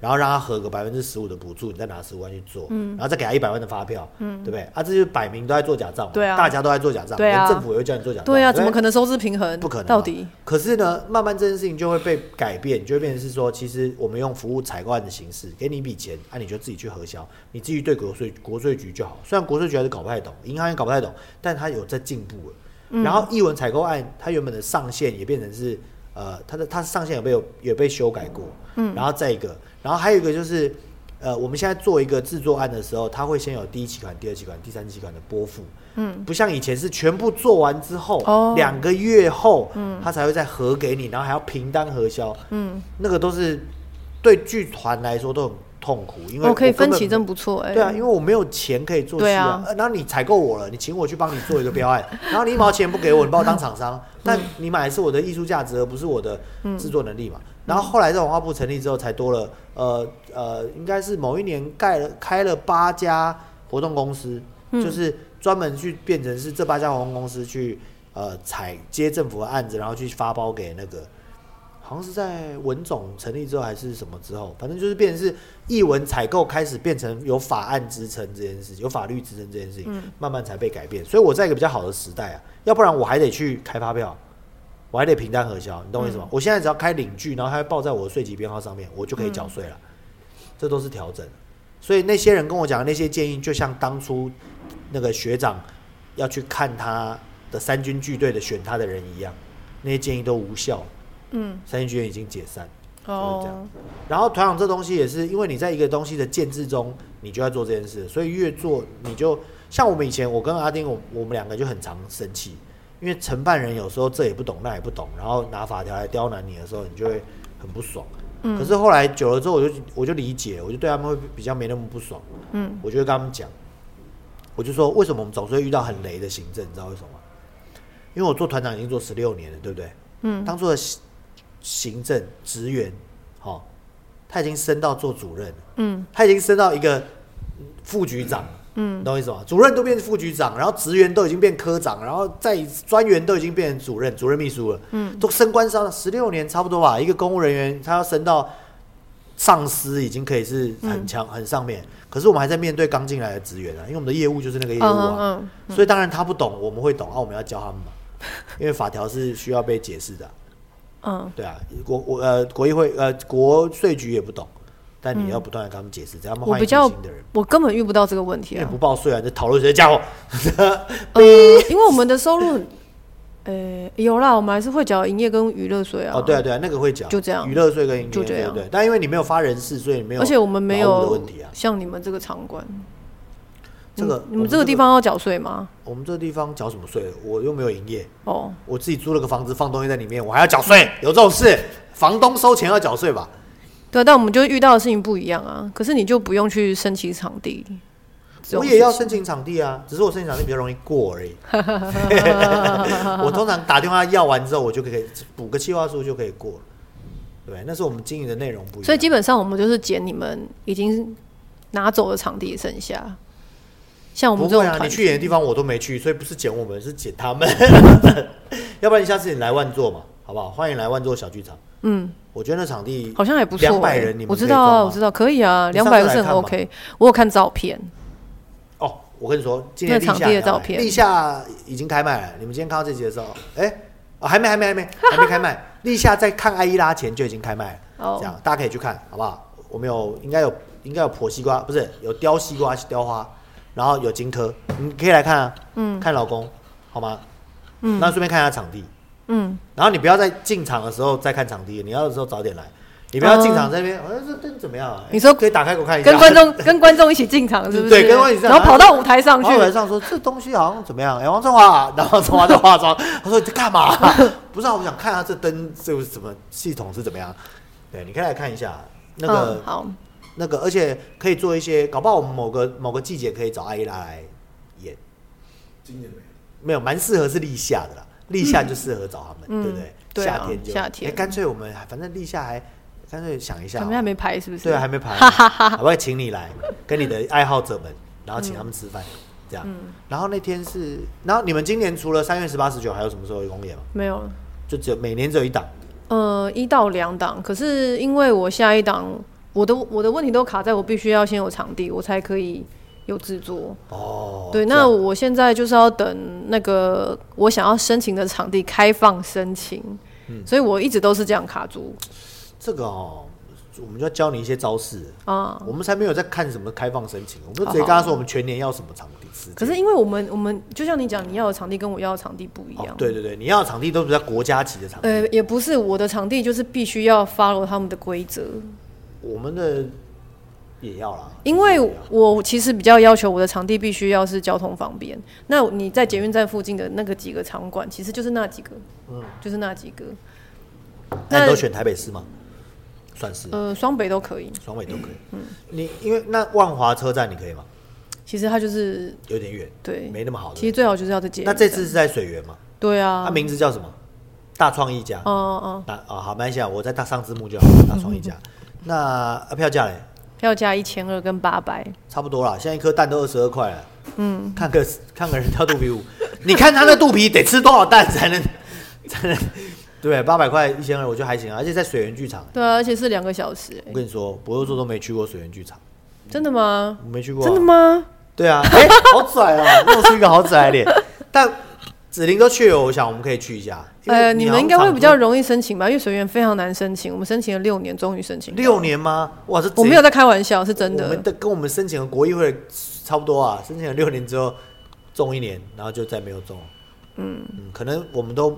然后让他合个百分之十五的补助，你再拿十五万去做，
嗯
然后再给他一百万的发票，对不对？啊，这就是摆明都在做假账嘛，
对啊
大家都在做假账，
对啊
连政府也会叫你做假账，
对啊，
不
怎么可能收支平衡？
哎不可能啊嘛
到底
可是呢，慢慢这件事情就会被改变，就会变成是说，其实我们用服务采购案的形式，给你一笔钱，啊，你就自己去核销，你自己对国税国税局就好。虽然国税局还是搞不太懂，银行也搞不太懂，但它有在进步了。然后译文采购案，它原本的上限也变成是，呃，它的它上限有被有有被修改过，嗯，然后再一个，然后还有一个就是，呃，我们现在做一个制作案的时候，它会先有第一期款、第二期款、第三期款的拨付，嗯，不像以前是全部做完之后，
哦嗯
两两个月后，他才会再核给你，然后还要平单核销，嗯，那个都是对剧团来说都很痛苦，因为
哦，可以
我根
分
本
期真不错哎、
对啊，因为我没有钱可以做戏
对
啊
啊，
呃然后你采购我了，你请我去帮你做一个
<laughs>
标案，然后你一毛钱不给我，你把我当厂
嗯
商，但你买的是我的艺术价值，而不是我的制作能力
嗯
嘛。然后后来在文化部成立之后，才多了呃呃，应该是某一年盖了开了八家活动公司，
嗯
就是专门去变成是这八家活动公司去呃采接政府的案子，然后去发包给那个好像是在文总成立之后还是什么之后，反正就是变成是译文采购开始变成有法案支撑这件事情，有法律支撑这件事情，慢慢才被改变。所以我在一个比较好的时代啊，要不然我还得去开发票，我还得平单核销，你懂我意思吗？我现在只要开领据，然后它会报在我的税籍编号上面，我就可以缴税了。这都是调整。所以那些人跟我讲的那些建议，就像当初那个学长要去看他的三军剧队的选他的人一样，那些建议都无效。嗯，三军剧院已经解散。就是这
哦
样，然后团长这东西也是，因为你在一个东西的建制中，你就要做这件事，所以越做你就像我们以前，我跟阿丁，我我们两个就很常生气，因为承办人有时候这也不懂那也不懂，然后拿法条来刁难你的时候，你就会很不爽。可是后来久了之后，我就我就理解，我就对他们会比较没那么不爽。嗯，我就会跟他们讲，我就说为什么我们总是会遇到很雷的行政，你知道为什么吗？因为我做团长已经做十六年了，对不对？嗯，当初的行行政职员，哦，他已经升到做主任，嗯，他已经升到一个副局长，嗯，懂我意思吗？主任都变副局长，然后职员都已经变科长，然后再专员都已经变成主任、主任秘书了，嗯，都升官上十六年差不多吧。一个公务人员他要升到上司，已经可以是很强、很上面。可是我们还在面对刚进来的职员啊，因为我们的业务就是那个业务啊，
嗯嗯
所以当然他不懂，我们会懂啊，我们要教他们嘛，因为法条是需要被解释的啊、
嗯，
对啊，国我呃国议会呃国税局也不懂，但你要不断的跟他们解释，这样他们
嗯我
欢
比
迎
较
新的人。
我根本遇不到这个问题
因为
啊
不，报税啊，这讨论谁的家伙？
呃，因为我们的收入， <laughs> 呃，有啦，我们还是会缴营业跟娱乐税啊。
哦，对啊，对啊，那个会讲，
就这样
娱乐税跟营业
就
税，
这
对
样
不对？但因为你没有发人事，所以没有，
而且我们没
的
有
问题啊。
像你们这个场馆，
这个
你们这个地，方要缴税吗？
我们这个地方缴什么税？我又没有营业，
哦，
我自己租了个房子放东西在里面，我还要缴税，有这种事？房东收钱要缴税吧？
对，啊但我们就遇到的事情不一样啊。可是你就不用去申请场地，这种
我也要申请场地啊，只是我申请场地比较容易过
<laughs>
而已。我通常打电话要完之后，我就可以补个计划书就可以过了，对不对？那是我们经营的内容不一样，
所以基本上我们就是捡你们已经拿走的场地剩下，像我们
不
这种
会啊，
团
你
体
去演的地方我都没去，所以不是捡我们，是捡他
<laughs>
们。要不然你下次你来万座嘛，好不好？欢迎来万座小剧场。
嗯，
我觉得那场地
好像也不错、欸。
两百人你们
我
可
知
以
道啊，
装吗
我知道，可以啊，
你上
两
次
百个是
来
很
看嘛
OK。我有看照片，
哦，我跟你说，今年
那场
立夏
地的
也要来
照片
立夏已经开卖了。你们今天看到这集的时候，哎、哦，还没，还没，还
<laughs>
没，还没开卖。立夏在看艾依拉前就已经开卖了，
哦
这样大家可以去看，好不好？我们有应该有应该有婆西瓜，不是有雕西瓜雕花，然后有荆轲，你可以来看啊，嗯，看老公，好吗？嗯，那顺便看一下场地，
嗯，
然后你不要在进场的时候再看场地，你要的时候早点来，你不要进场在那边，好像这灯怎么样啊？
哦你说
可以打开给我看一下，
跟观众跟观众一起进场是不是？
对跟观众一起进
然
场
后跑到舞台上去
然，后我上说这东西好像怎么样？哎、王振华啊，然后王振华在化妆，他说你在干
<laughs>
嘛、不是、啊，我想看下这灯这个是怎么系统是怎么样？对，你可以来看一下那个、
嗯、好，
那个，而且可以做一些，搞不好我们某个某个季节可以找阿依拉来演，
今年没有。
没有蛮适合是立夏的啦，立夏就适合找他们，
嗯
对不对？
对啊
夏天就
夏天
哎干脆我们反正立夏还干脆想一下好
咱
了，
们还没排是不是？
对，还啊没
<laughs>
排，好不好？请你来，跟你的爱好者们，然后请他们吃饭，这样。
嗯
然后那天是，然后你们今年除了三月十八、十九，还有什么时候有公演吗？
没有了。
就只有每年只有一档，
呃，一到两档，可是因为我下一档，我的我的问题都卡在我必须要先有场地，我才可以有制作。
哦。
对，
这
那
样
我现在就是要等那个我想要申请的场地开放申请，
嗯
所以我一直都是这样卡住
这个哦，我们就要教你一些招式。
啊。
我们才没有在看什么开放申请，我们就直接
好好
跟他说我们全年要什么场地时间。
哦可是因为我们我们就像你讲，你要的场地跟我要的场地不一样，
哦，对对对，你要的场地都比较国家级的场地。
呃，也不是我的场地就是必须要 follow 他们的规则，
我们的也要啦，
因为我其实比较要求我的场地必须要是交通方便。那你在捷运站附近的那个几个场馆，其实就是那几个，嗯，就是那几个。
那
那
你都选台北市吗？算是，
呃，双北都可以。
双尾都可以。
嗯
你因为那万华车站你可以吗？
其实它就是
有点远，
对，
没那么好
其实
的。
最好就是要在捷运
那
站。
这次是在水源嘛？
对
它、
啊，
名字叫什么？大创意家。
哦哦，
那哦，好，没关系啊，我再大上字幕就好了。大创意家，
嗯
那、啊、票价嘞，
票价一千二跟八百，
差不多啦。现在一颗蛋都二十二块了。嗯，看个看个人挑肚皮舞，你看他那肚皮得吃多少蛋才能 <laughs> 才能？对，八百块一千二，我觉得还行啊。而且在水源剧场，
对啊，而且是两个小时、
我
欸，
跟你说，博友座都没去过水源剧场，
真的吗？
我没去过、啊。
真的吗？
对
<laughs>
啊，哎、好拽啊，露出一个好拽的脸。 <laughs> 但子玲都去了，我想我们可以去一下。因为
呃，你们应该会比较
好像
容易申请吧，因为水源非常难申请，我们申请了六年，终于申请
常
到。
六年吗？哇，这
我没有在开玩笑，是真
我
的
们。的跟我们申请的国议会差不多啊，申请了六年之后中一年，然后就再没有中。嗯可能我们都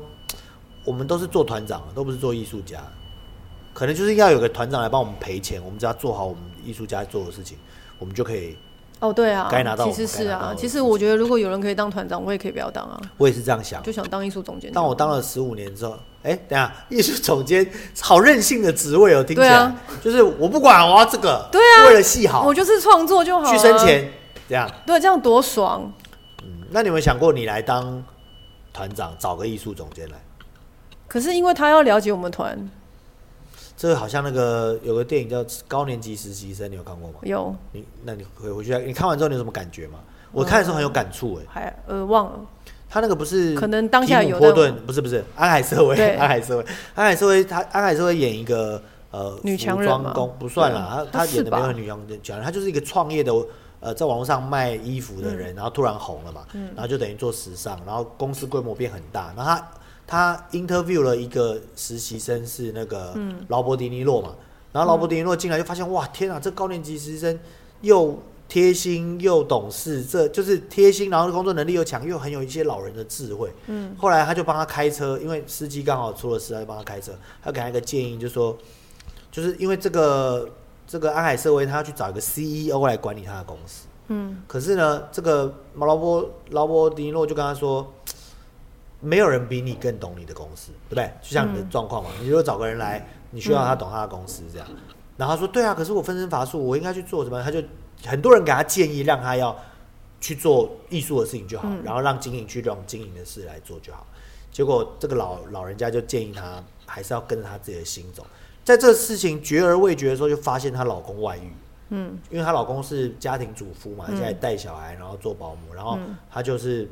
我们都是做团长，都不是做艺术家，可能就是要有个团长来帮我们赔钱，我们只要做好我们艺术家做的事情，我们就可以。
哦，对啊，
该拿到
其
我
实
们
是
该拿到我
啊，
们
其实我觉得如果有人可以当团长，我也可以不要当啊，
我也是这样想。
就想当艺术总监。
当我当了十五年之后，哎、等一下，艺术总监好任性的职位哦，听起
对
来、
啊
就是我不管，我要这个，
对啊
为了戏好，
我就是创作就好、啊，
去生，钱，这样。
对，这样多爽。
嗯那你有没有想过，你来当团长，找个艺术总监来？
可是因为他要了解我们团，
这个好像那个有个电影叫《高年级实习生》，你有看过吗？
有
你那你回回去看你看完之后你有什么感觉吗？我看的时候很有感触哎、
还呃忘了，
他那个不是
可能当下
提姆
有
波
但我
顿不是不是安海瑟薇
对，
安海瑟薇，安海瑟薇她安海瑟薇演一个呃
女强
服
人
装
吗
工不算啦，
对啊
她她演
是
的
吧
没有很女强人强人，她就是一个创业的呃在网络上卖衣服的
嗯
人，然后突然红了嘛，然后就等于做时尚，然后公司规模变很大，然后她她 interview 了一个实习生是那个
嗯
劳勃迪尼洛嘛，然后劳勃迪尼洛进来就发现哇天啊，这高年级实习生又。贴心又懂事，这就是贴心，然后工作能力又强，又很有一些老人的智慧。嗯，后来他就帮他开车，因为司机刚好出了事，他就帮他开车。他给他一个建议，就说，就是因为这个这个安海社会，他要去找一个 CEO 来管理他的公司。
嗯，
可是呢，这个马劳波劳波迪尼洛就跟他说，没有人比你更懂你的公司，对不对？就像你的状况嘛，你如果找个人来，你需要他懂他的公司这样。然后他说，对啊，可是我分身乏术，我应该去做什么？他就很多人给他建议，让他要去做艺术的事情就好，然后让经营去让经营的事来做就好。结果这个老老人家就建议她，还是要跟着她自己的心走。在这事情觉而未决的时候，就发现她老公外遇。嗯，因为她老公是家庭主妇嘛，现在带小孩，然后做保姆，然后她就是、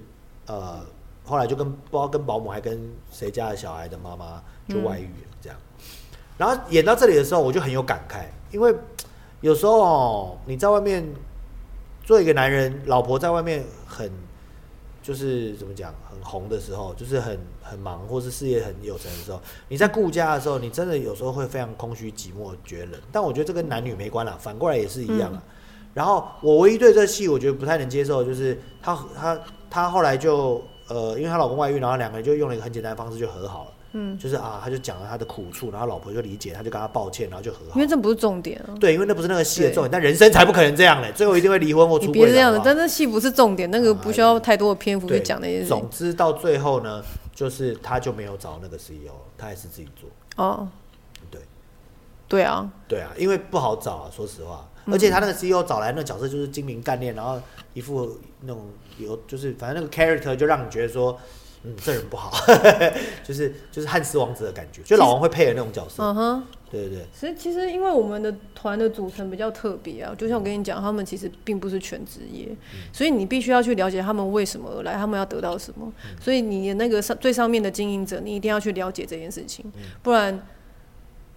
呃，后来就跟不知道跟保姆还跟谁家的小孩的妈妈就外遇了这样。然后演到这里的时候，我就很有感慨，因为有时候哦，你在外面做一个男人，老婆在外面很就是怎么讲，很红的时候，就是很很忙，或是事业很有成的时候，你在顾家的时候，你真的有时候会非常空虚、寂寞、觉得冷。但我觉得这跟男女没关啦，反过来也是一样啊。然后我唯一对这戏我觉得不太能接受，就是她她她后来就呃，因为她老公外遇，然后两个人就用了一个很简单的方式就和好了。嗯，就是啊，她就讲了她的苦处，然后老婆就理解，她就跟她抱歉，然后就和好
因为。这不是重点啊。
对，因为那不是那个戏的重点，但人生才不可能这样嘞，最后一定会离婚或
你
出轨
别
的。
这样
好
子，
不好
但那戏不是重点，那个不需要太多的篇幅
对，
去讲那些事情
总。之到最后呢，就是他就没有找那个 CEO，了他还是自己做。
哦，
对，
对啊，
对啊，因为不好找啊，说实话。
嗯
而且他那个 CEO 找来那个角色就是精明干练，然后一副那种有就是反正那个 character 就让你觉得说，嗯，这人不好， <laughs> 就是就是汉斯王子的感觉，就老王会配的那种角色。
嗯哼。
对对对，
其实，其实因为我们的团的组成比较特别啊，就像我跟你讲，他们其实并不是全职业，
嗯
所以你必须要去了解他们为什么而来，他们要得到什么。
嗯
所以你的那个上最上面的经营者，你一定要去了解这件事情，
嗯
不然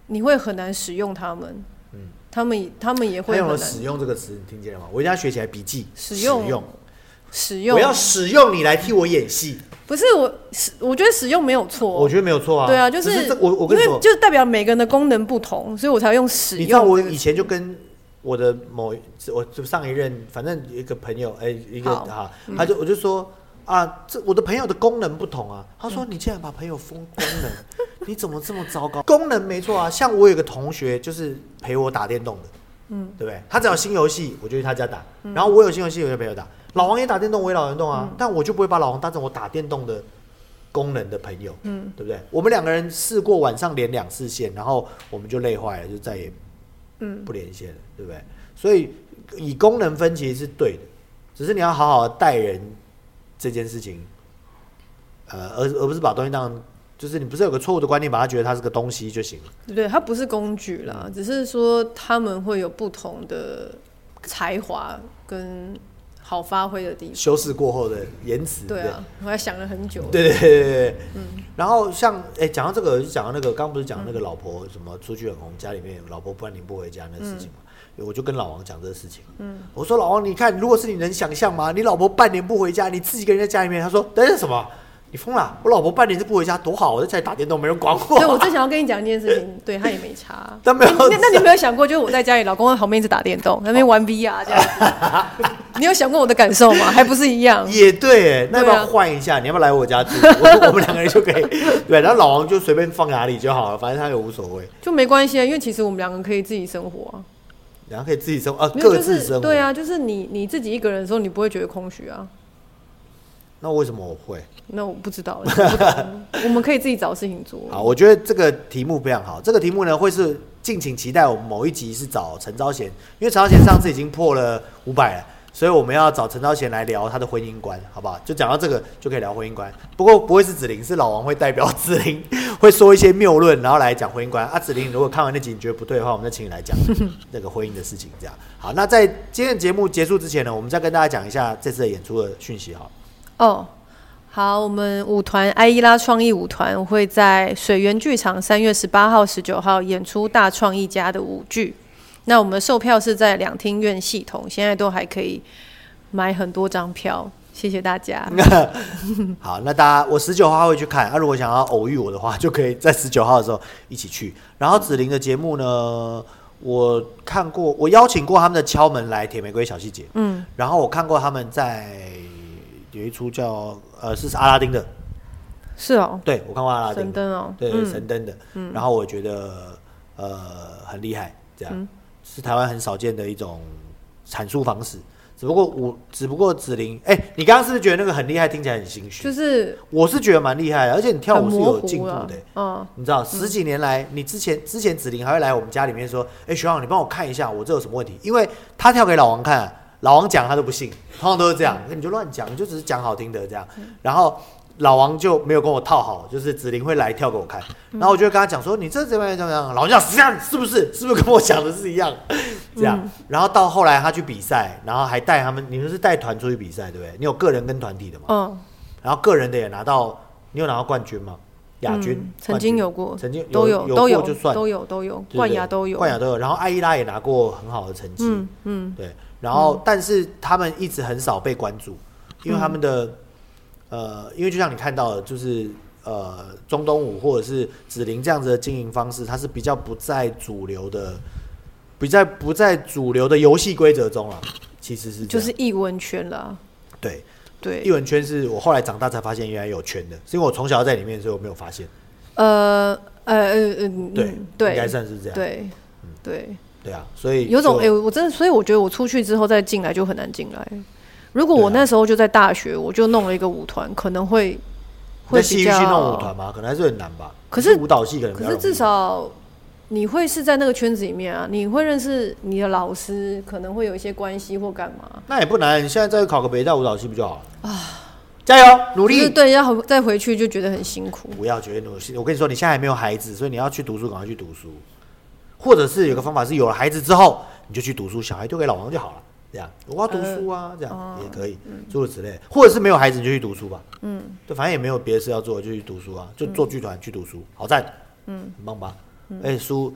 你会很难使用他们。他们他们也
嗯他
会
用
很
了“
难
使用”这个词，你听见了吗？我一定要学起来笔记。
使用
使用，
使用
我。要使用你来替我演戏，
不是我使，我觉得使用没有错。
我觉得没有错啊。
对啊，就
只是
是
这我我跟
因
你
为
说，
就是代表每个人的功能不同，所以我才会用使
你知道
用
我
这个
以前就跟我的某我就上一任，反正一个朋友，哎、一个
好
哈，
嗯
他就我就说啊，这我的朋友的功能不同啊。他
嗯
说你竟然把朋友分功能， <laughs> 你怎么这么糟糕？功能没错啊，像我有个同学就是陪我打电动的，嗯，对不对？他只要有新游戏，我就去他家打，
嗯
然后我有新游戏，我就陪我打。老王也打电动，我也打电动啊，但我就不会把老王当成我打电动的功能的朋友，嗯，对不对？我们两个人试过晚上连两次线，然后我们就累坏了，就再也
嗯
不连线了，对不对？所以以功能分其实是对的，只是你要好好地待人这件事情，呃，而而不是把东西当就是你不是有个错误的观念，把它觉得它是个东西就行了。
对，它不是工具啦，只是说他们会有不同的才华跟好发挥的地方。
修饰过后的言辞，
对啊，我还想了很久。
对对对对对，
嗯
然后像哎，讲到这个，就讲到那个，刚不是讲那个老婆什么出去很红，家里面老婆不然领不回家那事情嘛。
嗯
我就跟老王讲这个事情，嗯，我说老王，你看，如果是你能想象吗？你老婆半年不回家，你自己一个人在家里面，他说，等等什么？你疯了？我老婆半年是不回家，多好，我在家里打电动，没人管我。
所以我正想要跟你讲一件事情，对他也没
<laughs>
差。
但没有
那那你有没有想过，就是我在家里，老公在旁边一直打电动，在那边玩 VR 这样子， <laughs> 你有想过我的感受吗？还不是一样？
也对，哎，那要不
对
要
啊
换一下？你要不要来我家住？我我们两个人就可以， <laughs> 对，然后老王就随便放哪里就好了，反正他也无所谓，
就没关系啊，因为其实我们两个可以自己生活啊，
然后可以自己生活，啊，
没有
各
就
自
是
生活。
对，啊，就是你你自己一个人的时候，你不会觉得空虚啊。
那为什么我会？
那我不知道，这不懂我们可以自己找事情做。
好，我觉得这个题目非常好。这个题目呢，会是敬请期待我们某一集是找陈昭贤，因为陈昭贤上次已经破了五百了，所以我们要找陈昭贤来聊他的婚姻观，好不好？就讲到这个就可以聊婚姻观，不过不会是子玲，是老王会代表子玲 <laughs> 会说一些谬论，然后来讲婚姻观啊。子玲如果看完那集你觉得不对的话，我们再请你来讲那个婚姻的事情。这样好，那在今天的节目结束之前呢，我们再跟大家讲一下这次的演出的讯息哈。
哦，好，我们舞团埃伊拉创意舞团会在水源剧场三月十八号、十九号演出《大创意家》的舞剧。那我们的售票是在两厅院系统，现在都还可以买很多张票，谢谢
<laughs>
大家。
好，那大家我十九号会去看啊，如果想要偶遇我的话，就可以在十九号的时候一起去。然后子玲的节目呢，我看过，我邀请过他们的敲门来铁玫瑰小细节，嗯，然后我看过他们在有一出叫呃是阿拉丁的，
是
啊
哦，
对我看过阿拉丁
神
的，
灯哦，
对、
嗯
神灯的，然后我觉得呃很厉害，这
嗯
样、是台湾很少见的一种阐述方式。只不过我，只不过子玲，哎、你刚刚是不是觉得那个很厉害，听起来很心虚？
就是
我是觉得蛮厉害的，而且你跳
很
舞是
模
有进
糊
步的
了
欸、，
嗯，
你知道，十几年来，你之前之前子玲还会来我们家里面说：“哎、学长，你帮我看一下，我这有什么问题？”因为他跳给老王看啊、老王讲他都不信，通常都是这样，你就乱讲，你就只是讲好听的这样。然后老王就没有跟我套好，就是子玲会来跳给我看，然后我就会跟他讲说：“你这怎么样怎么样？”老王讲是这样，是不是？是不是跟我讲的是一样？这样。然后到后来他去比赛，然后还带他们，你们是带团出去比赛对不对？你有个人跟团体的吗？
嗯，
然后个人的也拿到，你有拿到冠军吗？亚军、
嗯
冠
曾
军
经有过，
曾经
都
有
有都
有
有
过就算
都有都有
对不对
冠亚都有，
冠亚都有。然后艾伊拉也拿过很好的成绩，
嗯嗯，
对。然后、但是他们一直很少被关注，因为他们的、
嗯
呃，因为就像你看到的，就是呃中东舞或者是紫菱这样子的经营方式，它是比较不在主流的，比较不在主流的游戏规则中了。啊其实是这
就
样
是艺文圈了，
对，
对
艺，文圈是我后来长大才发现原来有圈的，是因为我从小在里面，所以我没有发现。
呃呃呃嗯，
对
嗯，
应该
对
算是这样。
对对，
对啊，所以
有种哎、
就
我真的，所以我觉得我出去之后再进来就很难进来。如果
对啊
我那时候就在大学，我就弄了一个舞团，可能会
那
会
戏
比
剧系
较。
弄舞团嘛，可能还是很难吧。
可是
舞蹈系可能比
可
较
是
容易
至少你会是在那个圈子里面啊，你会认识你的老师，可能会有一些关系或干嘛。
那也不难，你现在再考个北大舞蹈系不就好了？啊，加油努
就是
力！
对，要回再回去就觉得很辛苦。
不要觉得努力，我跟你说，你现在还没有孩子，所以你要去读书，赶快去读书。或者是有个方法是，有了孩子之后你就去读书，小孩丢给老王就好了。这样，我要读书啊，这样也可以，诸如此类。或者是没有孩子你就去读书吧，嗯，对，反正也没有别的事要做，就去读书啊，就做剧团去读书，好赞，嗯，很棒吧？而且书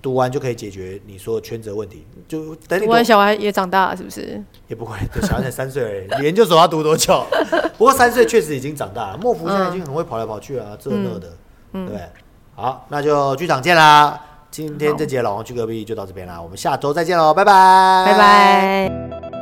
读完就可以解决你所有圈子的问题，就等你
我
读
的小孩也长大了，是不是？
也不会，对小孩才三岁而已， <laughs> 你研究所要读多久？ <laughs> 不过三岁确实已经长大了，莫福现在已经很会跑来跑去啊，这那的，对不对？好，那就剧场见啦！今天这节老王去隔壁就到这边啦，我们下周再见喽，拜拜，
拜拜。